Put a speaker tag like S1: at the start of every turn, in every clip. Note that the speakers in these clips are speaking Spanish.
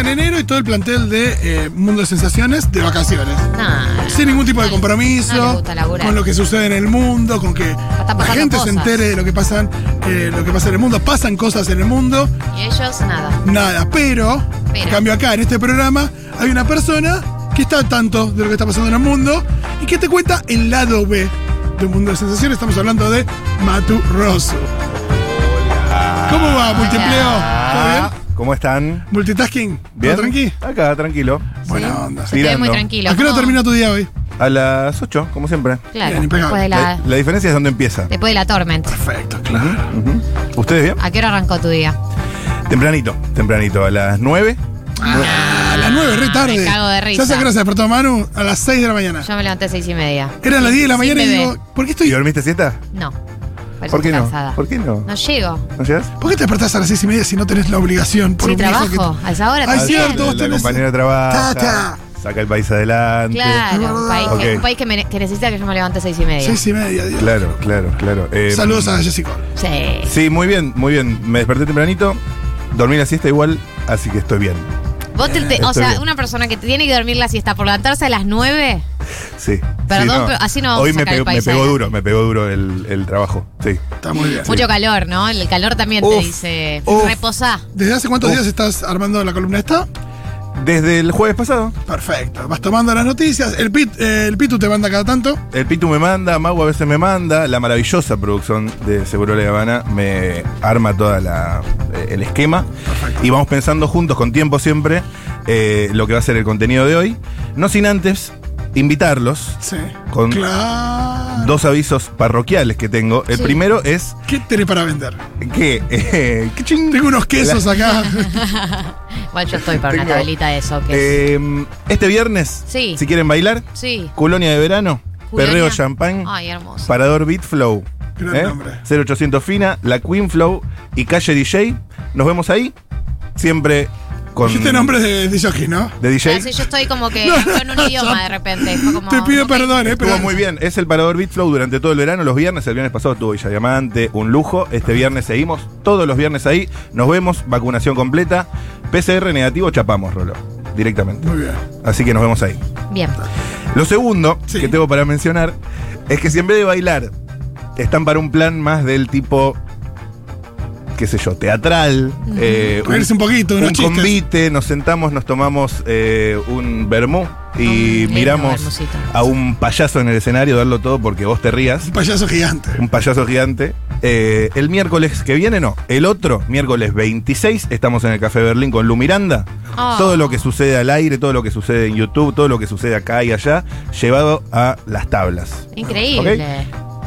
S1: enero y todo el plantel de eh, Mundo de Sensaciones de vacaciones.
S2: Nah.
S1: Sin ningún tipo de
S2: No le- no le
S1: compromiso,
S2: gusta laburar.
S1: con lo que sucede en el mundo, con que la
S2: pasando
S1: gente se
S2: cosas.
S1: entere de lo que, pasan, eh, lo que pasa en el mundo. Pasan cosas en el mundo,
S2: Y ellos nada.
S1: nada. Pero,
S2: Pero.
S1: en cambio acá, en este programa, hay una persona que está al tanto de lo que está pasando en el mundo y que te cuenta el lado B de Mundo de Sensaciones. Estamos hablando de Matu Rosso. ¿Cómo va, multipleo? ¿Todo bien?
S3: Ah, ¿Cómo están?
S1: ¿Multitasking?
S3: ¿Bien?
S1: ¿Todo tranqui?
S3: Acá, tranquilo.
S1: Buena onda.
S3: Sí. Tirando.
S2: Estoy muy tranquilo.
S1: ¿A qué hora
S2: No,
S1: termina tu día hoy?
S3: A las 8, como siempre.
S2: Claro,
S1: Bien, impecable.
S2: después de
S3: La,
S2: la,
S3: la diferencia es dónde empieza.
S2: después de la tormenta.
S1: Perfecto, claro.
S3: Ujú. ¿Ustedes bien?
S2: ¿A qué hora arrancó tu día?
S3: Tempranito, tempranito. A las 9.
S1: A las 9, re tarde.
S2: Me cago de risa.
S1: ¿Sabes a qué hora se despertó Manu? A las 6 de la mañana.
S2: Yo me levanté a seis y media.
S1: Eran las 10 de la
S2: Sin
S1: mañana y
S2: bebé.
S1: digo, ¿por qué
S3: ¿Y
S1: estoy.?
S3: dormiste siesta?
S2: No. Por eso
S3: ¿Por qué
S2: estoy
S3: no?
S2: cansada.
S3: ¿Por qué no?
S2: No llego.
S3: ¿No llegas?
S1: ¿Por qué te despertás a las 6 y media si no tenés la obligación? Por
S2: Sí,
S1: un viejo que-
S2: trabajo. A esa hora
S1: Ay,
S3: Ah,
S2: también.
S1: cierto.
S3: La,
S1: vos
S3: la
S1: tenés-
S3: compañera trabaja.
S1: Ta,
S3: Saca el país adelante.
S2: Claro, un país, que,
S3: Ok.
S2: un país que mere- que necesita que yo me levante a seis y media.
S1: 6 y media, Dios.
S3: Claro, claro, claro. Eh,
S1: Saludos a Jessica.
S2: Sí.
S3: Sí, muy bien, muy bien. Me desperté tempranito. Dormí la siesta igual, así que estoy bien.
S2: Vos te- te- o
S3: Estoy
S2: sea,
S3: bien.
S2: una persona que tiene que dormir la siesta por levantarse a las nueve.
S3: Sí.
S2: Perdón,
S3: sí,
S2: pero así no vamos
S3: Hoy
S2: a
S3: me
S2: sacar el
S3: pegó, me
S2: país
S3: pegó
S2: adelante.
S3: duro, me pegó duro el, el trabajo. Sí.
S1: Está muy bien.
S2: Mucho calor, ¿no? El calor también te
S3: Uf,
S2: dice
S3: uf.
S2: reposá.
S1: ¿Desde hace cuántos
S3: Uf.
S1: días estás armando la columna esta?
S3: Desde el jueves pasado,
S1: Perfecto. Vas tomando las noticias. El, pit, eh, el Pitu te manda cada tanto.
S3: el Pitu me manda, Mago a veces me manda, la maravillosa producción de Seguro La Habana me arma toda la eh, el esquema
S1: Perfecto.
S3: y vamos pensando juntos con tiempo siempre eh, lo que va a ser el contenido de hoy, no sin antes invitarlos
S1: Sí.
S3: Con
S1: claro.
S3: dos avisos parroquiales que tengo. El
S2: Sí.
S3: primero es
S1: ¿Qué tenés para vender?
S3: que eh, que ching,
S1: Tengo unos quesos acá.
S2: Igual yo estoy para una
S3: Tengo-
S2: tablita de eso. Que
S3: eh, este viernes,
S2: Sí.
S3: si quieren bailar,
S2: Sí.
S3: Colonia de verano,
S2: Juliana.
S3: Perreo Champán,
S2: Ay, hermoso.
S3: Parador Beat Flow.
S1: Gran nombre.
S3: 0800 Fina, La Queen Flow y Calle DJ. Nos vemos ahí. Siempre con.
S1: Dijiste nombres Este de, de jockey, ¿no?
S3: De DJ.
S2: Así yo estoy como que
S1: No, no,
S2: hablo en un
S1: no,
S2: idioma
S1: yo-
S2: de repente. Fue como-
S1: te pido
S2: ok.
S1: perdón, ¿eh?
S3: Estuvo
S1: Pero
S3: muy bien. Es el Parador Beat Flow durante todo el verano. Los viernes, el viernes pasado estuvo Villa Diamante, un lujo. Este viernes seguimos. Todos los viernes ahí. Nos vemos. Vacunación completa. PCR negativo, chapamos, Rolo. Directamente.
S1: Muy bien.
S3: Así que nos vemos ahí.
S2: Bien.
S3: Lo segundo
S1: Sí.
S3: que tengo para mencionar es que si en vez de bailar están para un plan más del tipo, qué sé yo, teatral, eh, un,
S1: Reírse un poquito, unos
S3: un
S1: chistes.
S3: convite, nos sentamos, nos tomamos eh, un vermú y
S2: Mm, lindo,
S3: miramos
S2: hermosito.
S3: a un payaso en el escenario darlo todo porque vos te rías,
S1: Un payaso gigante.
S3: un payaso gigante. Eh, el miércoles que viene, no, el otro, miércoles 26, estamos en el Café Berlín con Lu Miranda.
S2: Oh.
S3: Todo lo que sucede al aire, todo lo que sucede en YouTube, todo lo que sucede acá y allá, llevado a las tablas.
S2: Oh, Increíble.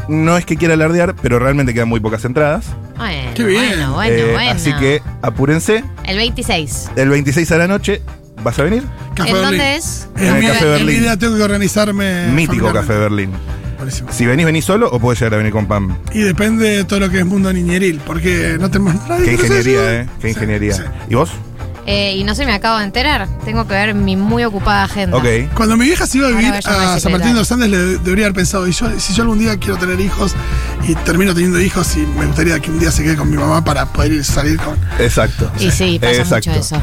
S3: No es que quiera alardear, pero realmente quedan muy pocas entradas.
S2: Bueno,
S1: Qué bien.
S2: bueno, bueno,
S3: Eh,
S2: bueno.
S3: Así que apúrense.
S2: El 26.
S3: El 26 a la noche, ¿vas a venir?
S1: Café
S2: ¿En
S1: Berlín.
S2: dónde es?
S1: Es
S3: En el
S1: mi-
S3: Café
S1: es mi
S3: Berlín.
S1: idea, tengo que organizarme.
S3: Mítico
S1: familiarmente.
S3: Café Berlín.
S1: Buenísimo.
S3: Si venís, venís solo o podés llegar a venir con Pam.
S1: Y depende de todo lo que es mundo niñeril, porque no tenemos nadie.
S3: Qué
S1: que nos
S3: ingeniería,
S1: ayude.
S3: ¿eh? Qué
S1: Sí,
S3: ingeniería.
S1: sí.
S3: ¿Y vos?
S2: Eh, y no se me acabo de enterar. Tengo que ver mi muy ocupada agenda.
S3: Ok.
S1: Cuando mi vieja se iba a
S2: Ahora
S1: vivir
S2: vaya a
S1: a San Martín de los Andes, le debería haber pensado, y yo, si yo algún día quiero tener hijos y termino teniendo hijos, y me gustaría que un día se quede con mi mamá para poder ir salir con.
S3: Exacto.
S2: Y sí, pasa
S3: Exacto.
S2: mucho eso.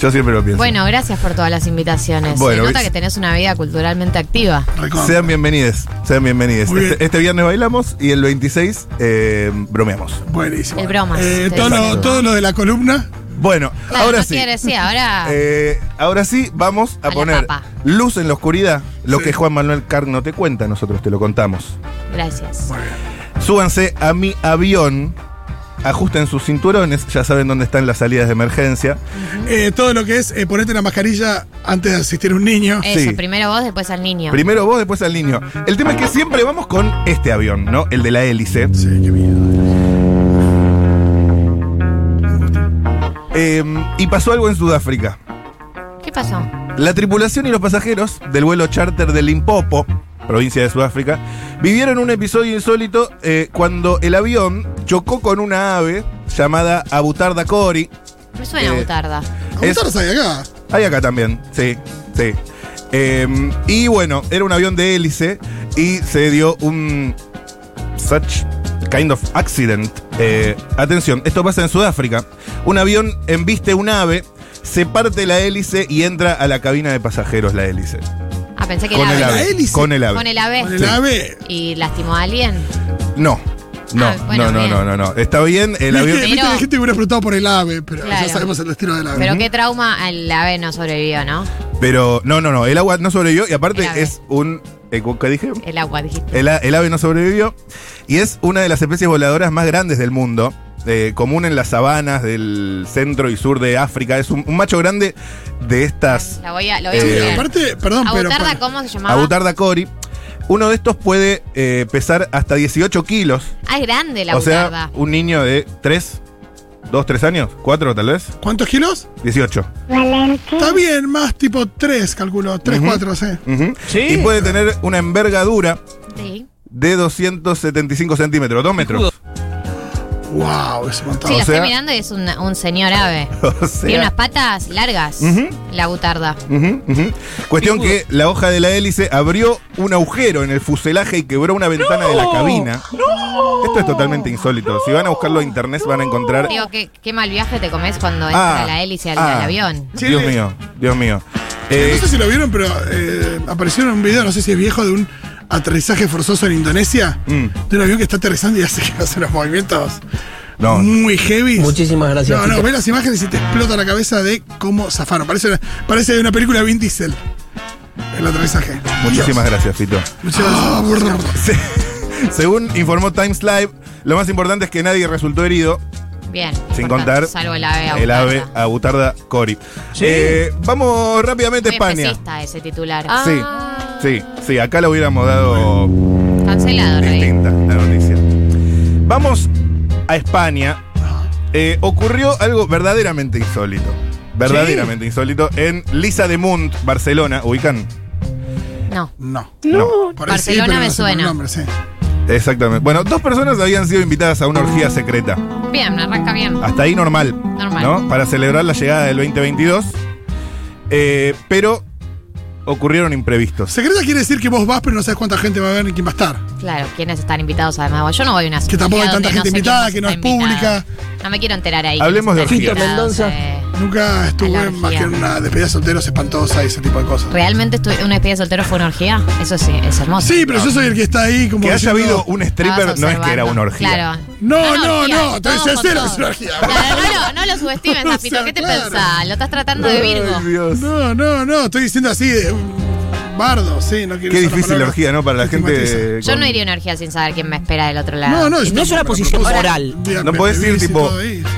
S3: Yo siempre lo pienso.
S2: Bueno, gracias por todas las invitaciones.
S3: Bueno,
S2: Se nota
S3: es-
S2: que tenés una vida culturalmente activa.
S1: recontra.
S3: Sean bienvenidos, sean bienvenidos.
S1: Muy bien.
S3: Este, este viernes bailamos y el 26 eh, bromeamos.
S1: Buenísimo.
S2: El bromas.
S1: Eh,
S2: Te
S1: todo, lo,
S2: digo.
S1: todo lo de la columna.
S3: Bueno,
S2: Claro,
S3: ahora
S2: no
S3: sí.
S2: quiere decir, ahora.
S3: Eh, ahora sí, vamos a,
S2: Ah. A la
S3: poner
S2: papa.
S3: luz en la oscuridad. Lo
S1: Sí.
S3: que Juan Manuel Carr no te cuenta, nosotros te lo contamos.
S2: Gracias.
S1: Muy bien.
S3: Súbanse a mi avión, ajusten sus cinturones, ya saben dónde están las salidas de emergencia.
S1: Eh, todo lo que es eh, ponerte la mascarilla antes de asistir a un niño.
S2: Eso,
S3: sí.
S2: primero vos, después al niño.
S3: Primero vos, después al niño. El tema es que siempre vamos con este avión, ¿no? El de la hélice.
S1: Sí, qué miedo.
S3: Eh, y pasó algo en Sudáfrica.
S2: ¿Qué pasó?
S3: La tripulación y los pasajeros del vuelo charter de Limpopo, provincia de Sudáfrica, vivieron un episodio insólito eh, cuando el avión chocó con una ave llamada Abutarda cori.
S2: Me suena
S3: Eh,
S2: butarda.
S3: Es-
S1: Apuntaros ahí acá.
S3: Hay acá también, sí, sí. Eh, y bueno, era un avión de hélice y se dio un such kind of accident. Eh, atención, esto pasa en Sudáfrica. Un avión embiste un ave se parte la hélice y entra a la cabina de pasajeros la hélice.
S2: Ah, pensé que
S3: Con el
S2: era
S1: ¿La
S3: ave.
S1: hélice?
S3: Con el ave.
S2: Con el ave.
S1: Con el ave.
S2: ¿Y lastimó a alguien?
S3: No. No,
S2: Ah, bueno,
S3: no, no,
S2: bien.
S3: no, no, no. Está bien, el avión.
S1: Viste, La gente hubiera preguntado por el ave, pero
S2: Claro.
S1: ya sabemos el destino del ave.
S2: Pero qué trauma, el ave no sobrevivió, ¿no?
S3: Pero no, no, no. El agua no sobrevivió y aparte
S2: El ave.
S3: es un. eh, ¿Qué dije?
S2: El agua, dijiste.
S3: El, a- el ave no sobrevivió y es una de las especies voladoras más grandes del mundo. eh, común en las sabanas del centro y sur de África. Es un, un macho grande de estas
S2: La voy a, lo voy a
S3: Eh,
S2: googlear.
S1: Aparte, perdón,
S2: ¿A
S1: pero.
S2: Butarda
S1: para-
S2: cómo se llamaba?
S3: abutarda cori. Uno de estos puede eh, pesar hasta 18 kilos.
S2: Ah, es grande la
S3: o sea,
S2: Butarda.
S3: un niño de 3, 2, 3 años, 4 tal vez.
S1: ¿Cuántos kilos?
S3: 18.
S1: Está bien, más tipo 3, calculo. 3,
S3: Ujú.
S1: 4, sí.
S3: Ujú.
S4: Sí.
S3: Y puede tener una envergadura
S2: Sí.
S3: de 275 centímetros, 2 metros.
S1: Wow, es un montón.
S2: Sí, la
S3: sea-
S2: estoy mirando y es un, un señor ave.
S3: O
S2: Tiene
S3: sea,
S2: unas patas largas,
S3: Ujú.
S2: la butarda.
S3: Ujú, ujú. Cuestión que la hoja de la hélice abrió un agujero en el fuselaje y quebró una ventana de la cabina. Esto es totalmente insólito. Si van a buscarlo a internet van a encontrar...
S2: Digo, ¿qué, qué mal viaje te comes cuando
S3: Ah,
S2: entra la hélice al,
S3: ah.
S2: al avión.
S3: Dios mío, Dios mío. Eh,
S1: No sé si lo vieron, pero eh, apareció en un video, no sé si es viejo, de un aterrizaje forzoso en Indonesia.
S3: Mm.
S1: De un avión que está aterrizando y hace, hace unos movimientos
S3: no,
S1: muy heavy.
S5: Muchísimas gracias.
S1: No, no, ve las imágenes y te explota la cabeza de cómo zafaron. Parece una, parece de una película de Vin Diesel. El aterrizaje.
S3: muchísimas gracias, Fito.
S1: Ah, brr.
S3: Se- según informó Times Live, lo más importante es que nadie resultó herido,
S2: Bien.
S3: sin
S2: importante,
S3: contar
S2: Salvo el ave. a
S3: el
S2: Butarda.
S3: ave a Butarda Cori.
S4: Sí.
S3: Eh, vamos rápidamente a
S2: Muy
S3: España.
S2: especista ese titular. Ah.
S3: Sí, sí, sí, acá lo hubiéramos dado
S2: Cancelado, ¿no?
S3: distinta la noticia. Vamos a España. Eh, ocurrió algo verdaderamente insólito. Verdaderamente insólito en Lisa de Munt, Barcelona. ¿Ubican?
S2: No.
S1: No.
S3: No.
S1: Por ahí sí,
S2: Barcelona
S1: pero no
S2: me
S1: sé por el
S2: suena.
S1: nombre, sí.
S3: Exactamente. Bueno, dos personas habían sido invitadas a una orgía secreta.
S2: Bien, arranca bien.
S3: Hasta ahí normal.
S2: Normal.
S3: ¿no? Para celebrar la llegada del 2022. Eh, pero ocurrieron imprevistos.
S1: Secreta quiere decir que vos vas, pero no sabes cuánta gente va a ver ni quién va a estar.
S2: Claro, ¿quiénes están invitados además? Bueno, Yo no voy a una
S1: Que tampoco hay
S2: sociedad
S1: tanta
S2: donde
S1: gente
S2: sé
S1: invitada,
S2: quién
S1: que no es
S2: está invitado. No me quiero enterar ahí.
S3: Hablemos de
S2: quiénes
S3: orgías.
S2: están
S5: Fito
S2: invitados, eh.
S1: Nunca
S2: A
S1: estuve
S2: la
S1: más que
S2: orgía.
S1: en una despedida de solteros espantosa y ese tipo de cosas.
S2: ¿Realmente estuve- una despedida de soltero fue una orgía? Eso sí, es hermoso.
S1: Sí, pero yo soy el que está ahí como.
S3: Que haya
S1: diciendo,
S3: habido un stripper
S2: Estabas
S3: no es que era
S2: observando.
S3: una orgía.
S2: Claro.
S1: No,
S2: Una
S1: no,
S2: orgía,
S1: no, te
S2: todos
S1: decía
S2: con
S1: cero,
S2: todos.
S1: es una orgía.
S2: Claro, no, no, no lo subestimes,
S1: O sea,
S2: Zapito. ¿Qué te
S1: claro.
S2: pensás? Lo estás tratando de Virgo.
S3: Ay, Dios.
S1: No, no, no, estoy diciendo así de. mm, Bardo, sí, no quiero usar
S3: Qué
S1: la
S3: difícil la
S1: palabra.
S3: orgía, ¿no? Para la gente.
S1: Estigmatiza.
S2: Yo
S3: con-
S2: no iría a una orgía sin saber quién me espera del otro lado.
S1: No, no,
S5: No es una posición moral.
S3: No podés ir, tipo,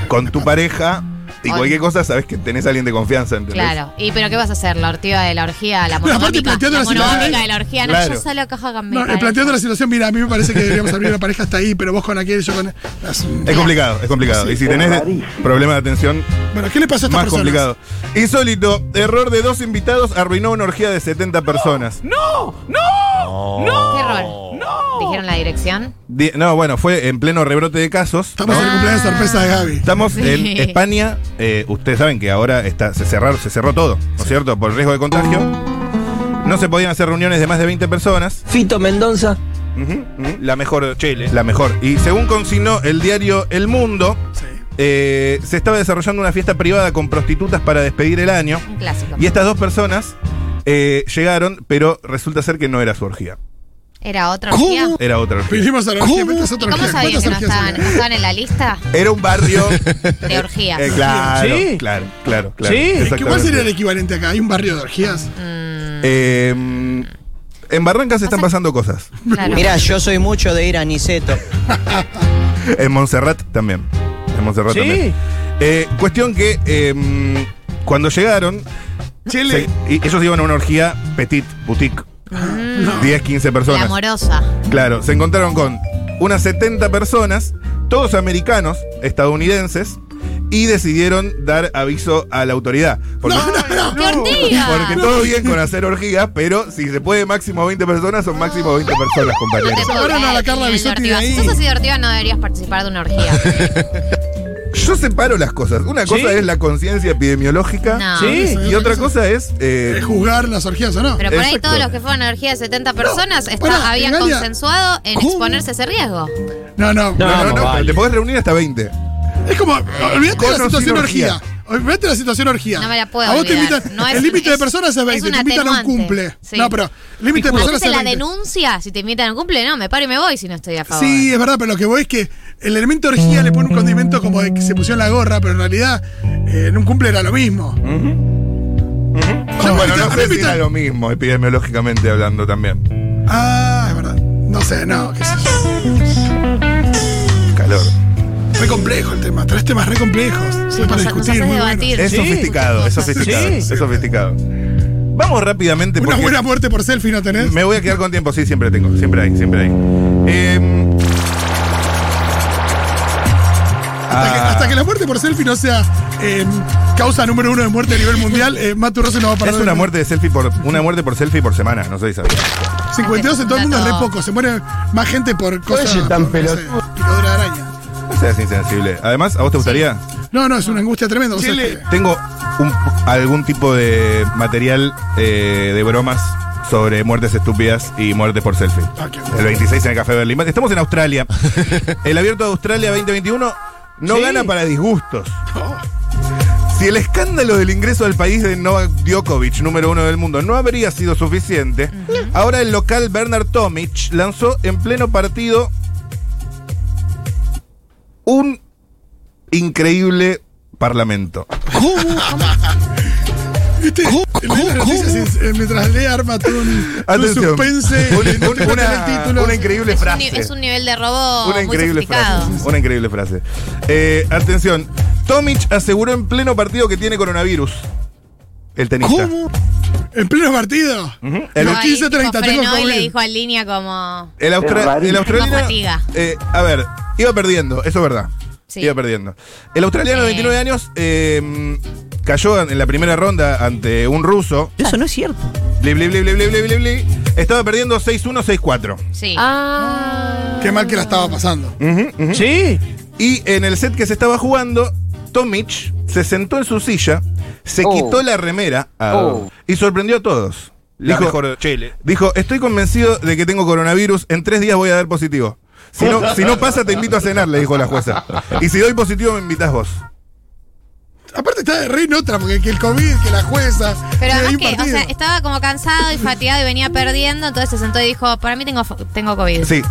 S3: con tu pareja y cualquier cosa, sabes que tenés a alguien de confianza, ¿entendés?
S2: Claro. ¿Y pero qué vas a hacer? ¿La ortiva de la orgía? ¿La
S1: Pero aparte
S2: monogómica?
S1: planteando
S2: La
S1: la situación-
S2: monogómica de la orgía. No,
S3: Claro.
S2: yo solo caja con mi
S1: No, eh,
S2: pareja.
S1: planteando la situación, mira, a mí me parece que deberíamos abrir una pareja hasta ahí, pero vos con aquel, yo con. las-
S3: Es complicado, es complicado. Y si tenés problemas de atención,
S1: Bueno, ¿qué le pasó a estas
S3: más
S1: personas?
S3: complicado. Insólito, error de dos invitados arruinó una orgía de 70 personas.
S4: ¡No! ¡No! ¡No!
S2: Qué error.
S4: ¡No!
S2: ¿Dijeron la dirección?
S3: Di- No, bueno, fue en pleno rebrote de casos.
S1: Estamos en el
S2: Ah.
S1: cumpleaños sorpresa de Gaby.
S3: Estamos
S2: Sí.
S3: en España. eh, ustedes saben que ahora está, se, cerrar, se cerró todo, ¿no es cierto? Por riesgo de contagio. No se podían hacer reuniones de más de 20 personas.
S5: Fito Mendonza.
S3: Ujú, ujú, La mejor Chile. La mejor. Y según consignó el diario El Mundo,
S1: Sí.
S3: eh, se estaba desarrollando una fiesta privada con prostitutas para despedir el año.
S2: Un clásico.
S3: Y estas dos personas eh, llegaron, pero resulta ser que no era su orgía.
S2: ¿Era otra
S1: ¿Cómo?
S2: orgía? ¿Y
S3: Era otra orgía.
S1: Vinimos a la orgía, metas otra
S2: cómo
S1: orgía.
S2: sabían
S1: ¿Cuántas
S2: que
S1: orgías
S2: no estaban,
S1: había?
S2: no estaban en la lista
S3: Era un barrio.
S2: de orgías?
S3: Eh, claro,
S4: Sí.
S3: claro, claro, claro.
S4: Sí.
S1: Es que ¿Cuál
S3: Exactamente.
S1: sería el equivalente acá? ¿Hay un barrio de orgías?
S3: Eh, en Barrancas están pasando cosas.
S2: Claro.
S5: Mira, yo soy mucho de ir a Niceto.
S3: En Montserrat también. En Montserrat
S4: Sí.
S3: también. Eh, cuestión que eh, cuando llegaron,
S1: Chile.
S3: se- y ellos iban a una orgía petit, boutique,
S2: Mm.
S1: No.
S3: 10, 15
S2: La
S3: personas.
S2: amorosa.
S3: Claro, se encontraron con unas 70 personas, todos americanos, estadounidenses, y decidieron dar aviso a la autoridad. Porque,
S1: No,
S2: ¡Qué ortiga!
S3: porque todo bien con hacer orgías, pero si se puede máximo 20 personas, son máximo 20 personas,
S2: No te
S3: compañeros.
S2: puedo
S1: Ahora no,
S2: creer,
S1: la Carla
S2: Miguel
S1: Bisotti
S2: Ortiva.
S1: de
S2: Si
S1: ahí.
S2: sos así de Ortiva no deberías participar de una orgía.
S3: Yo separo las cosas. Una cosa
S4: Sí.
S3: es la conciencia epidemiológica
S2: No.
S4: Sí.
S3: y otra cosa es... eh,
S1: ¿Es juzgar las orgías o no?
S2: Pero por ahí
S3: Exacto.
S2: todos los que fueron a la orgía de 70 personas está-
S1: pará,
S2: habían
S1: Galia,
S2: consensuado en
S1: ¿cómo?
S2: exponerse a ese riesgo.
S1: No, no.
S3: no, no,
S4: Vamos,
S3: no,
S4: vale.
S3: te podés reunir hasta 20.
S1: Es como, olvídate de la
S3: Con o
S1: situación
S3: sin
S1: orgía.
S3: orgía.
S1: Obviamente la situación orgía.
S2: No me la puedo
S1: A vos te
S2: olvidar.
S1: invitan-
S2: No es-
S1: el límite de
S2: es-
S1: personas es 20,
S2: es un
S1: te invitan a un
S2: atenuante.
S1: cumple.
S2: Sí.
S1: No, pero el límite de personas
S2: Hacete
S1: es
S2: la
S1: 20.
S2: denuncia si te invitan a un cumple. No, me paro y me voy si no estoy a favor.
S1: Sí, es verdad, pero lo que voy es que el elemento orgía le pone un condimento como de que se pusieron la gorra, pero en realidad eh, en un cumple era lo mismo.
S3: bueno, no
S1: me
S3: sé si
S1: invitan-
S3: era lo mismo, epidemiológicamente hablando también.
S1: Ah, es verdad. No sé, no. qué sé yo.
S3: Calor.
S1: Re complejo el tema. Tres temas re complejos.
S2: Sí,
S1: Re para
S2: nos, nos
S1: discutir.
S2: haces
S1: muy bueno.
S2: debatir.
S3: Es
S2: Sí.
S3: sofisticado,
S2: Muchas
S3: es
S2: cosas.
S3: sofisticado,
S5: Sí.
S3: es sofisticado. Vamos rápidamente
S1: Una
S3: porque
S1: buena muerte por selfie no tenés.
S3: me voy a quedar con tiempo, sí, siempre tengo, siempre hay, siempre hay. Eh,
S1: Hasta, que,
S3: ah,
S1: hasta que la muerte por selfie no sea eh, causa número uno de muerte a nivel mundial, eh, Matu Rosso no va a parar.
S3: es
S1: de-
S3: una muerte de selfie por una muerte por selfie por semana, no sé si sabía.
S1: 52 en todo el mundo es re
S2: No.
S1: poco. Se muere más gente por cosas.
S5: ser tan
S1: por, no sé, picadura de araña.
S3: No seas insensible. Además, ¿a vos te gustaría?
S1: No, no, es una angustia tremenda. no sé
S3: Chile,
S1: qué.
S3: tengo un- algún tipo de material eh, de bromas sobre muertes estúpidas y muertes por selfie.
S1: Ah, qué
S3: El
S1: bueno.
S3: 26 en el Café Berlín. Estamos en Australia. El abierto de Australia 2021 no
S5: Sí.
S3: gana para disgustos.
S1: Oh.
S3: Si el escándalo del ingreso al país de Novak Djokovic, número uno del mundo, no habría sido suficiente,
S1: Mm.
S3: ahora el local Bernard Tomic lanzó en pleno partido un increíble parlamento.
S1: ¿Viste? Lee las noticias y, eh, Mientras lee arma todo un, todo un
S3: Atención.
S1: suspense.
S3: Un-
S1: y después
S3: una-
S1: pone el título.
S3: una increíble
S2: Es un,
S3: frase.
S2: ni- es un nivel de robo
S3: Una increíble
S2: muy sofisticado.
S3: frase. Una increíble frase. Eh, atención. Tomic aseguró en pleno partido que tiene coronavirus. El tenista.
S1: ¿Cómo? ¿En pleno partido? En
S3: El,
S1: los
S2: No, ahí,
S1: 15.30
S2: tipo,
S1: tengo
S2: frenó y le
S1: COVID.
S2: dijo a línea como...
S3: el, Austra- el
S2: Bajo
S3: australiano.
S2: fatiga.
S3: eh, a ver, iba perdiendo, eso es verdad.
S2: Sí.
S3: Iba perdiendo. El australiano de
S2: Eh.
S3: 29 años eh, cayó en la primera ronda ante un ruso.
S5: Eso no es cierto.
S3: Bli, bli, bli, bli, bli, bli, bli, bli. Estaba perdiendo 6-1, 6-4.
S2: Sí.
S6: Ah.
S1: Qué mal que la estaba pasando.
S3: Mm.
S5: Sí.
S3: Y en el set que se estaba jugando, Tomic se sentó en su silla, se
S5: Oh.
S3: quitó la remera ah,
S5: Oh.
S3: y sorprendió a todos.
S4: La
S3: dijo,
S4: mejor de Chile.
S3: dijo, estoy convencido de que tengo coronavirus, en tres días voy a dar positivo. Si no, si no pasa, te invito a cenar, le dijo la jueza. Y si doy positivo, me invitas vos.
S1: Aparte está de re en otra, porque que el COVID, que la jueza.
S2: Pero
S1: que hay
S2: además
S1: un
S2: que, o
S1: partido.
S2: sea, estaba como cansado y fatigado y venía perdiendo, entonces se sentó y dijo, para mí tengo, fo- tengo COVID.
S3: Sí,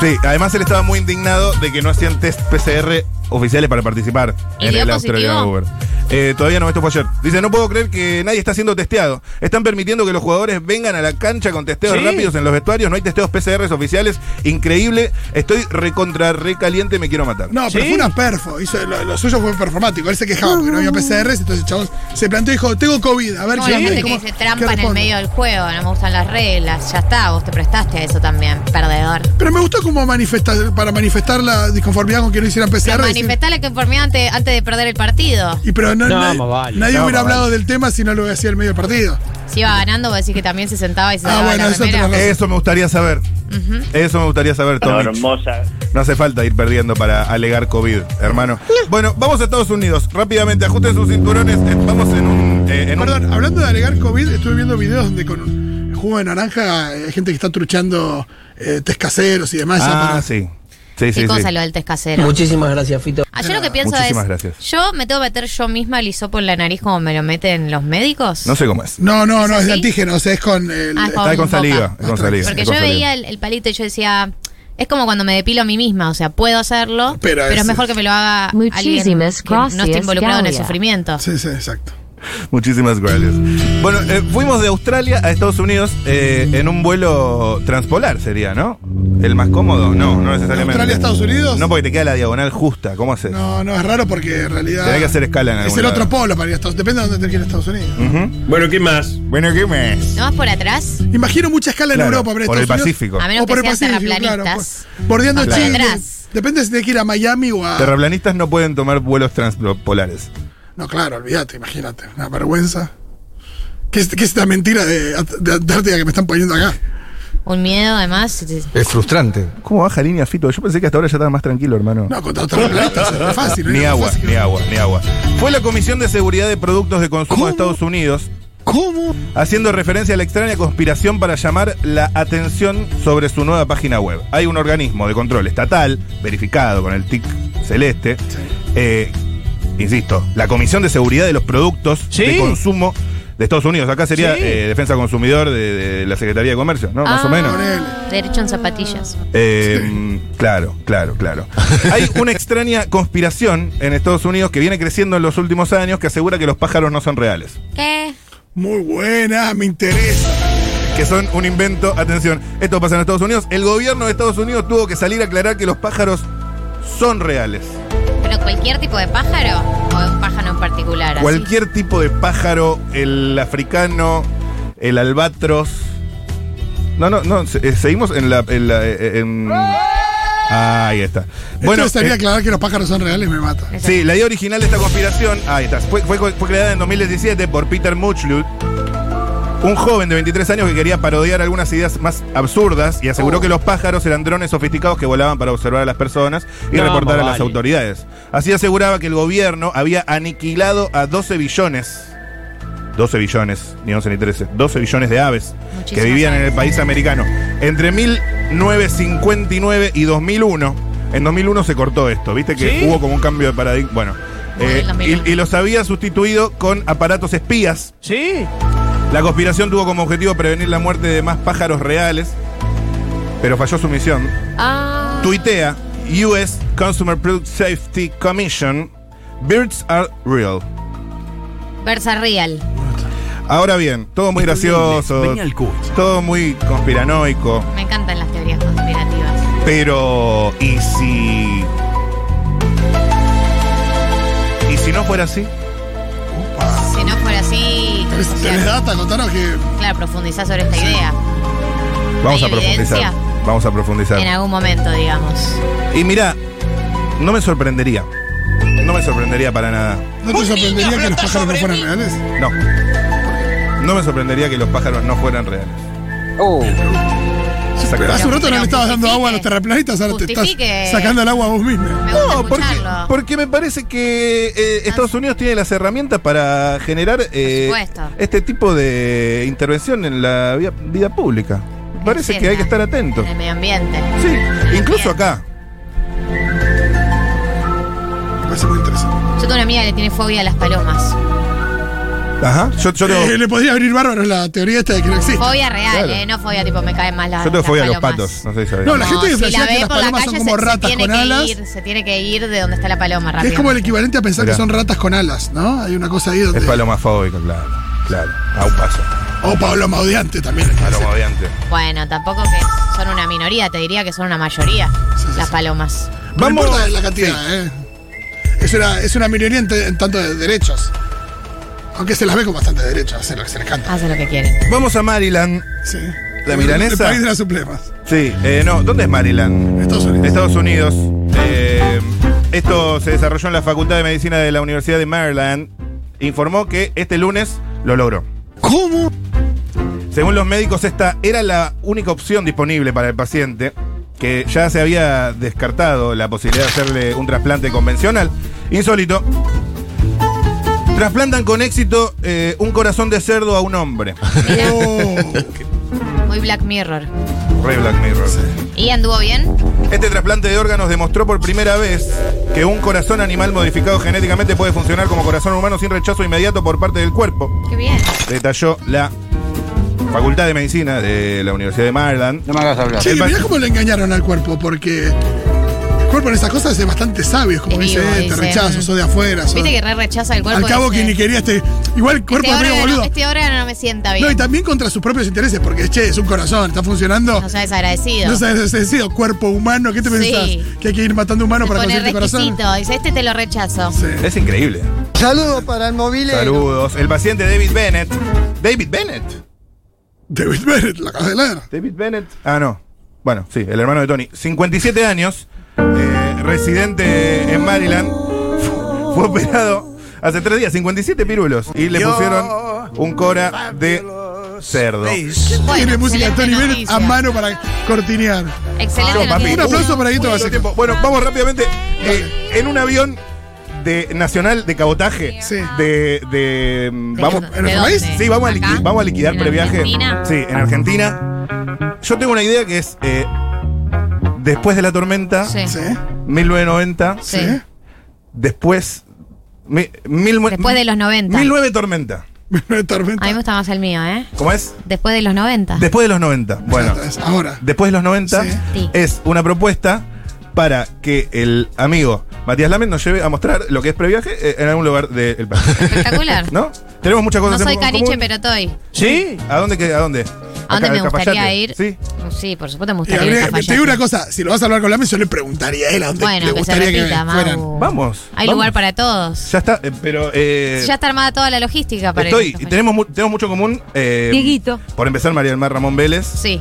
S3: sí. Además, él estaba muy indignado de que no hacían test PCR oficiales para participar
S2: ¿Y
S3: en
S2: dio
S3: el
S2: positivo?
S3: Australian Open. Eh, todavía no, esto fue ayer. Dice, no puedo creer que nadie está siendo testeado. Están permitiendo que los jugadores vengan a la cancha con testeos
S5: Sí.
S3: rápidos en los vestuarios. No hay testeos PCR oficiales. Increíble. Estoy recontra, recaliente, me quiero matar.
S1: No, pero
S5: ¿Sí?
S1: fue una perfo. hizo- lo, lo suyo fue performático. Él se quejaba porque no había PCRs, entonces el chabón se planteó y dijo, tengo COVID, a ver
S2: Como
S1: si
S2: la gente que se trampa en el medio del juego, no me gustan las reglas, ya está, vos te prestaste a eso también, perdedor.
S1: Pero me gustó como manifestar, para manifestar la disconformidad con que no hicieran PCR.
S2: Pero
S1: decir-
S2: manifestá la conformidad ante- antes de perder el partido.
S1: y pero no,
S5: No,
S1: nadie,
S5: más vale.
S1: nadie
S3: No,
S1: hubiera
S3: más
S1: hablado del tema si no lo hacía el medio del partido.
S2: Si iba ganando, vos decís que también se sentaba y se
S1: Ah,
S2: daba
S1: bueno,
S2: la
S1: eso
S2: remera.
S1: tenés razón.
S3: Eso me gustaría saber. Eso me gustaría saber, Tomic.
S7: Hermosa.
S3: No hace falta ir perdiendo para alegar COVID, hermano. Bueno, vamos a Estados Unidos. Rápidamente, ajusten sus cinturones. Eh, Vamos en un. eh, en un-
S1: Perdón, hablando de alegar COVID, estuve viendo videos donde con un jugo de naranja eh, hay gente que está truchando eh, test caseros y demás. ya
S3: Ah,
S1: para-
S3: sí. Sí,
S2: Qué
S3: sí,
S2: cosa
S3: sí.
S2: lo del test casero.
S5: Muchísimas gracias, Fito.
S2: Ah, yo lo que pienso
S3: Muchísimas
S2: es,
S3: gracias.
S2: yo me tengo que meter yo misma el hisopo en la nariz como me lo meten los médicos.
S3: No sé cómo es.
S1: No, no, no, es de
S2: así?
S1: antígeno, o sea, es con el...
S2: Ah, es
S3: Está con
S2: boca.
S3: saliva. es con saliva,
S2: Porque
S3: es
S2: yo
S3: con saliva.
S2: veía el, el palito y yo decía, es como cuando me depilo a mí misma, o sea, puedo hacerlo,
S1: Pero
S2: pero,
S1: es-
S2: es mejor que me lo haga alguien
S6: Muchísimas
S2: que no esté
S6: gracias,
S2: involucrado en el
S6: Galia.
S2: sufrimiento.
S1: Sí, sí, exacto.
S3: Muchísimas gracias. Bueno, eh, fuimos de Australia a Estados Unidos eh, en un vuelo transpolar, sería, ¿no? El más cómodo. No, no necesariamente.
S1: Australia, Estados Unidos.
S3: No, porque te queda la diagonal justa. ¿Cómo haces?
S1: No, no, es raro porque en realidad.
S3: Tenés que hacer escala en
S1: Es
S3: algún
S1: el
S3: lado.
S1: otro polo para ir a Estados Depende de dónde te quieras Estados Unidos.
S3: Ujú.
S4: Bueno, ¿qué más?
S3: Bueno, ¿qué me?
S2: ¿No vas por atrás?
S1: Imagino mucha escala
S3: Claro,
S1: en Europa, pero
S3: por el
S1: Estados Unidos-
S3: Pacífico.
S2: A menos
S1: o por
S2: que
S1: el
S2: sean
S1: Pacífico, claro.
S2: terraplanistas.
S1: por- bordeando
S2: Claro.
S1: Chile.
S2: Atrás.
S1: Depende si tenés que ir a Miami o a.
S3: Terraplanistas no pueden tomar vuelos transpolares.
S1: no, claro, olvídate, imagínate. Una vergüenza. ¿Qué es, qué es esta mentira de, de Antártida que me están poniendo acá?
S2: Un miedo, además.
S8: Es frustrante.
S3: ¿Cómo baja línea, Fito? Yo pensé que hasta ahora ya estaba más tranquilo, hermano.
S1: No, contra otros planetas es re fácil.
S3: Ni
S1: es
S3: agua,
S1: fácil.
S3: ni agua, ni agua. Fue la Comisión de Seguridad de Productos de Consumo de Estados Unidos. Haciendo referencia a la extraña conspiración para llamar la atención sobre su nueva página web. Hay un organismo de control estatal, verificado con el TIC celeste, eh, insisto, la Comisión de Seguridad de los Productos
S4: Sí.
S3: de Consumo de Estados Unidos. Acá sería
S4: Sí.
S3: eh, Defensa Consumidor de, de la Secretaría de Comercio, ¿no? Más o
S2: Ah,
S3: menos.
S2: Derecho en zapatillas.
S3: Eh, mm, Claro, claro, claro. Hay una extraña conspiración en Estados Unidos que viene creciendo en los últimos años que asegura que los pájaros no son reales.
S2: ¿Qué?
S1: Muy buena, me interesa.
S3: Que son un invento. Atención, esto pasa en Estados Unidos. El gobierno de Estados Unidos tuvo que salir a aclarar que los pájaros son reales.
S2: ¿Pero cualquier tipo de pájaro? ¿O un pájaro en particular? así?
S3: Cualquier tipo de pájaro, el africano, el albatros. No, no, no, se- eh, seguimos en la. en la- eh, en- Ah, ahí está.
S1: Bueno, Esto de salir a
S3: eh,
S1: aclarar que los pájaros son reales me mata.
S3: Sí, la idea original de esta conspiración, ahí está, fue, fue- fue creada en 2017 por Peter Muchlut, un joven de 23 años que quería parodiar algunas ideas más absurdas y aseguró
S4: Oh.
S3: que los pájaros eran drones sofisticados que volaban para observar a las personas y
S4: No,
S3: reportar a
S4: más
S3: las
S4: vale.
S3: autoridades. Así aseguraba que el gobierno había aniquilado a 12 billones. 12 billones, ni 11 ni 13, 12 billones de aves que
S2: Muchísimas
S3: vivían en
S2: aves.
S3: el país americano. Entre 1959 y 2001, en 2001 se cortó esto, ¿viste? Que
S4: ¿Sí?
S3: hubo como un cambio de paradigma. Bueno,
S2: Muy
S3: eh,
S2: bien, la
S3: y,
S2: mirada.
S3: y los había sustituido con aparatos espías.
S4: Sí.
S3: La conspiración tuvo como objetivo prevenir la muerte de más pájaros reales, pero falló su misión.
S2: Ah.
S3: Tuitea, US Consumer Product Safety Commission, Birds are real.
S2: Versa Real.
S3: Ahora bien, todo muy gracioso,
S4: Venía al coach.
S3: todo muy conspiranoico.
S2: Me encantan las teorías conspirativas.
S3: Pero, ¿y si.? ¿Y si no fuera así?
S2: Si no fuera así,
S1: ¿Tenés,
S2: o sea,
S1: tenés data? Contanos que.
S2: claro, profundizar sobre esta idea.
S3: Vamos a
S2: ¿Hay
S3: profundizar.
S2: evidencia?
S3: Vamos a profundizar.
S2: En algún momento, digamos.
S3: Y mira, no me sorprendería. No me sorprendería para nada.
S1: ¿No te sorprendería que los pájaros no fueran reales?
S3: No. No me sorprendería que los pájaros no fueran reales. Exactamente.
S1: Hace un rato no
S2: Pero
S1: le estabas dando
S2: justifique.
S1: agua a los terraplanistas, ahora te estás
S2: Justifique.
S1: sacando el agua a vos mismo.
S2: Me gusta
S3: No, porque,
S2: escucharlo.
S3: porque me parece que eh, Estados Unidos tiene las herramientas para generar eh,
S2: supuesto.
S3: este tipo de intervención en la vida, vida pública. Me Parece que hay que estar atentos.
S2: En el medio ambiente.
S3: Sí,
S2: el
S3: incluso
S2: ambiente.
S3: acá.
S1: Me parece muy interesante.
S2: Yo tengo una amiga que le tiene fobia a las palomas.
S3: Ajá. Yo, yo tengo,
S1: Eh, le podría abrir bárbaro la teoría esta de que no existe.
S2: Fobia real,
S3: Claro.
S2: ¿eh? No fobia tipo me caen más las
S3: yo tengo
S2: las
S3: fobia a los
S2: palomas.
S3: patos. No sé si sabés.
S1: No, la gente que
S2: si
S1: flashea
S2: la
S1: que
S2: ve
S1: las
S2: por la
S1: palomas
S2: calle
S1: son
S2: se-
S1: como
S2: se,
S1: ratas
S2: tiene
S1: con
S2: que
S1: alas.
S2: ir, se tiene que ir de donde está la paloma rápido.
S1: Es como el equivalente a pensar que
S3: Mirá.
S1: son ratas con alas, ¿no? Hay una cosa ahí donde.
S3: Es palomafóbico, claro. Claro. A un paso.
S1: O paloma odiante también. hay que decir.
S3: Paloma odiante.
S2: Bueno, tampoco que son una minoría, te diría que son una mayoría
S1: Sí, sí,
S2: las
S1: sí.
S2: palomas.
S1: No
S3: Vamos.
S1: importa la cantidad, ¿eh? Es una, es una minoría en, t- en tanto de derechos. Aunque se las ve con bastante derechos, hacen lo que se les canta.
S2: Hacen lo que quieren.
S3: Vamos a Maryland.
S1: Sí.
S3: ¿La milanesa?
S1: El país de las suplemas.
S3: Sí, eh, no, ¿dónde es Maryland?
S1: Estados Unidos.
S3: Estados Unidos. Eh, esto se desarrolló en la Facultad de Medicina de la Universidad de Maryland. Informó que este lunes lo logró.
S1: ¿Cómo?
S3: Según los médicos, esta era la única opción disponible para el paciente, que ya se había descartado la posibilidad de hacerle un trasplante convencional. Insólito. Trasplantan con éxito eh, un corazón de cerdo a un hombre.
S1: Oh,
S2: Muy Black Mirror.
S3: Re Black Mirror.
S2: ¿Y anduvo bien?
S3: Este trasplante de órganos demostró por primera vez que un corazón animal modificado genéticamente puede funcionar como corazón humano sin rechazo inmediato por parte del cuerpo.
S2: Qué bien.
S3: Detalló la Facultad de Medicina de la Universidad de Maryland.
S6: No me hagas hablar.
S1: che,
S3: El pa-
S1: mirá cómo le engañaron al cuerpo, porque el cuerpo en esas cosas es bastante sabio, es como
S2: Es
S1: dice,
S2: vivo,
S1: eh, te
S2: dice,
S1: rechazo,
S2: mm.
S1: sos de afuera. sos-
S2: Viste que re rechaza el cuerpo.
S1: Al cabo que
S2: dice,
S1: ni quería este. Igual el cuerpo
S2: este
S1: es medio
S2: órgano,
S1: boludo.
S2: Este órgano no me sienta bien.
S1: No, y también contra sus propios intereses, porque che, es un corazón, está funcionando.
S2: No sea desagradecido.
S1: No sabes sentido, cuerpo humano, ¿qué te
S2: Sí.
S1: pensás? Que hay que ir matando humanos para
S2: Poner
S1: conseguir tu corazón.
S2: requisito. Dice, este te lo rechazo.
S1: Sí.
S3: Es increíble.
S5: Saludos para el móvil.
S3: Saludos. El paciente David Bennett. David Bennett.
S1: David Bennett, la casa de leer.
S3: David Bennett. Ah, no. Bueno, sí, el hermano de Tony. 57 años, eh, residente en Maryland. Fu- Fue operado hace tres días, 57 pirulos. Y le pusieron un cora de cerdo.
S2: Bueno,
S1: Tiene música de Tony
S2: excelente
S1: Bennett
S2: noticia.
S1: a mano para cortinear.
S2: Excelente.
S3: No, papi.
S2: noticia.
S1: Un aplauso para Guito
S3: Todo el
S1: Basic.
S3: tiempo. Bueno, vamos rápidamente. Eh, en un avión de nacional de cabotaje
S1: Sí.
S3: de, de, mm,
S2: ¿De
S3: vamos
S2: dónde?
S1: ¿en nuestro
S2: ¿De
S1: país?
S2: dónde?
S3: sí vamos a, liqui-
S2: ¿Acá?
S3: vamos a liquidar
S2: ¿En
S3: previaje
S2: Argentina?
S3: sí en Argentina yo tengo una idea que es eh, después de la tormenta
S2: Sí.
S1: Sí.
S3: 1990
S2: Sí.
S1: Sí.
S3: después Mi- mil mue-
S2: Después de los 90.
S3: Mil nueve tormenta.
S1: Una tormenta.
S2: A mí me gusta más el mío, ¿eh?
S3: ¿Cómo es?
S2: Después de los 90.
S3: Después de los 90. Bueno,
S1: Es Ahora.
S3: después de los 90
S1: Sí.
S2: Sí.
S3: es una propuesta para que el amigo Matías Lamen nos lleve a mostrar lo que es previaje eh, en algún lugar del país.
S2: Espectacular.
S3: ¿No? Tenemos muchas
S2: No
S3: cosas en
S2: soy
S3: común.
S2: caniche, pero estoy.
S3: ¿Sí? ¿A dónde? qué- ¿A dónde?
S2: ¿A dónde
S3: Acá,
S2: me
S3: al
S2: gustaría
S3: Cafayate.
S2: ir?
S3: Sí.
S2: Sí, por supuesto me
S1: Y
S2: gustaría ir a
S1: habría- te
S2: Cafayate.
S1: digo una cosa, si lo vas a hablar con Lames, yo le preguntaría a él a dónde le
S2: Bueno, que se
S1: gustaría que
S2: repita,
S1: fueran.
S2: Mau.
S3: Vamos,
S2: Hay
S3: vamos.
S2: lugar para todos.
S3: Ya está, eh, pero. eh,
S2: Ya está armada toda la logística para ir a
S3: Estoy,
S2: Cafayate.
S3: tenemos, mu- tenemos mucho en común. eh,
S6: Dieguito.
S3: Por empezar, María del Mar Ramón Vélez.
S2: Sí.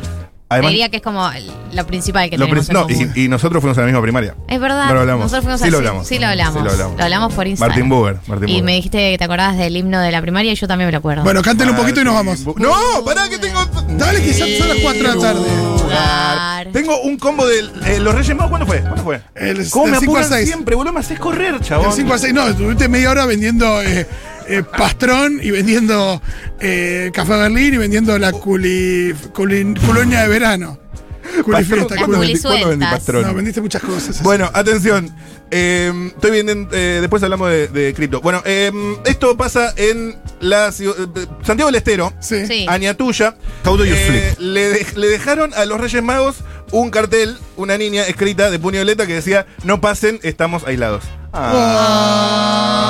S3: Además-
S2: Diría que es como lo principal que
S3: Lo
S2: tenemos.
S3: prin- no,
S2: en común.
S3: y, y nosotros fuimos a la misma primaria.
S2: es verdad.
S3: No lo hablamos.
S2: Nosotros fuimos
S3: Sí
S2: a-
S3: lo hablamos.
S2: Sí, lo hablamos.
S3: Sí lo hablamos.
S2: por Instagram.
S3: Martín Buber, Martín
S2: y
S3: Buber.
S2: me dijiste que te acordabas del himno de la primaria y yo también me lo acuerdo.
S1: Bueno, cántelo un poquito y nos vamos.
S3: Bu- No, pará que tengo.
S1: Dale, quizás son las 4 de la tarde.
S2: Lugar.
S3: Tengo un combo de eh, los Reyes Magos. ¿Cuándo fue? ¿Cuándo fue?
S1: El-
S3: ¿Cómo
S1: del
S3: me
S1: cinco al
S3: apuran
S1: seis.
S3: siempre? Boludo, me haces correr, chabón.
S1: El 5 a 6, no, estuviste media hora vendiendo eh, eh, pastrón y vendiendo eh, café Berlín y vendiendo la culi, culi- culoña de verano.
S3: Pastrón,
S1: Culifiesta,
S3: ¿cuándo
S1: culo-
S2: Las
S3: vendí- cuándo vendí
S2: culisueltas.
S3: pastrón?
S1: No, vendiste muchas cosas.
S3: Bueno, atención. Eh, estoy vendiendo. eh, después hablamos de, de cripto. Bueno, eh, esto pasa en la ciudad- eh, Santiago del Estero.
S1: sí.
S2: Sí.
S3: Añatuya.
S7: How do you
S3: Eh,
S7: flip?
S3: le, dej- le dejaron a los Reyes Magos un cartel, una niña escrita de puño violeta que decía: No pasen, estamos aislados.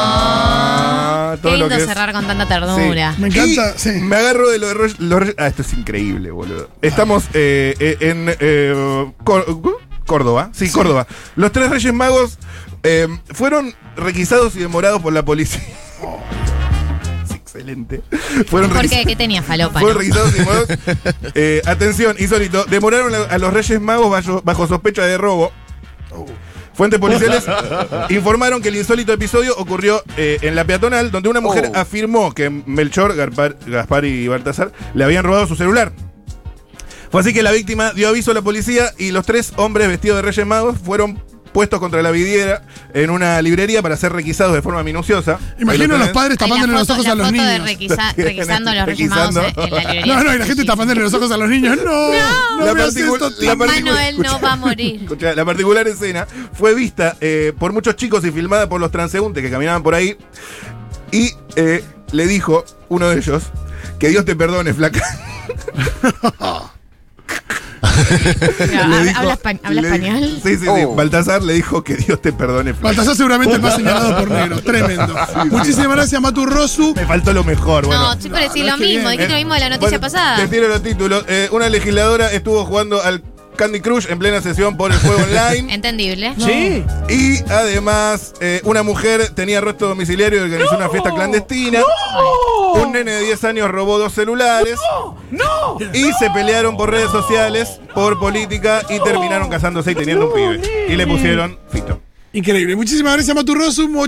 S3: Ah,
S2: Qué
S3: todo lo
S2: lindo
S3: que es-
S2: cerrar con tanta ternura.
S1: Me encanta,
S3: Y
S1: sí.
S3: Me agarro de lo de Roy- los Roy- Ah, esto es increíble, boludo. Estamos eh, eh, en eh, Cor- ¿cu? Córdoba. Sí, Córdoba. Los tres Reyes Magos eh, fueron requisados y demorados por la policía.
S1: Oh.
S3: Es excelente. Fueron
S2: ¿Por
S3: requis-
S2: qué? ¿Qué tenía falopa?
S3: fueron
S2: no?
S3: requisados y demorados. Eh, atención, insólito. Demoraron a los Reyes Magos bajo, bajo sospecha de robo. Fuentes policiales informaron que el insólito episodio ocurrió eh, en la peatonal, donde una mujer
S7: Oh.
S3: afirmó que Melchor, Garpar- Gaspar y Baltasar le habían robado su celular. Fue así que la víctima dio aviso a la policía y los tres hombres vestidos de Reyes Magos fueron puestos contra la vidriera en una librería para ser requisados de forma minuciosa. Ahí
S1: Imagino
S3: lo
S1: a los
S3: tenés.
S1: padres
S2: Ay, la
S1: tapándole los
S2: foto-
S1: ojos
S2: la
S1: a los
S2: foto de
S1: niños.
S2: requisa- requisando los Reyes Magos
S3: Requisando.
S2: en la librería.
S1: No, no, y la gente
S2: Sí.
S1: tapándole los ojos a los niños. No, no,
S3: La
S1: me hagas
S3: particu-
S1: esto, tío.
S3: la part-
S2: Manuel no va a morir.
S3: Escuchá, la particular escena fue vista eh, por muchos chicos y filmada por los transeúntes que caminaban por ahí. Y eh, le dijo uno de ellos: Que Dios te perdone, flaca.
S2: Pero,
S3: Le
S2: ¿hab-
S3: dijo-
S2: Ah, ¿Habla, espa- habla
S3: le dijo-
S2: español?
S3: Sí, sí, sí.
S7: Oh.
S3: Baltasar le dijo que Dios te perdone, flaca.
S1: Baltasar seguramente el más señalado por negro. Tremendo. Muchísimas gracias, Matu Rosu.
S3: Me faltó lo mejor, bueno. Eh,
S2: no, siempre decís
S1: no,
S2: lo
S1: qué bien.
S2: mismo.
S1: eh.
S2: Dijiste lo mismo de la noticia
S3: Bueno,
S2: pasada.
S3: Te tiro los títulos. Eh, una legisladora estuvo jugando al Candy Crush en plena sesión por el juego online.
S2: Entendible.
S4: Sí.
S3: Y además, eh, una mujer tenía arresto domiciliario y organizó una fiesta clandestina. Un nene de 10 años robó dos celulares.
S4: ¡No!
S3: Y se pelearon por redes sociales, por política y terminaron casándose y teniendo un pibe. Y le pusieron Fito.
S1: Increíble. Muchísimas gracias, Matu Rosu.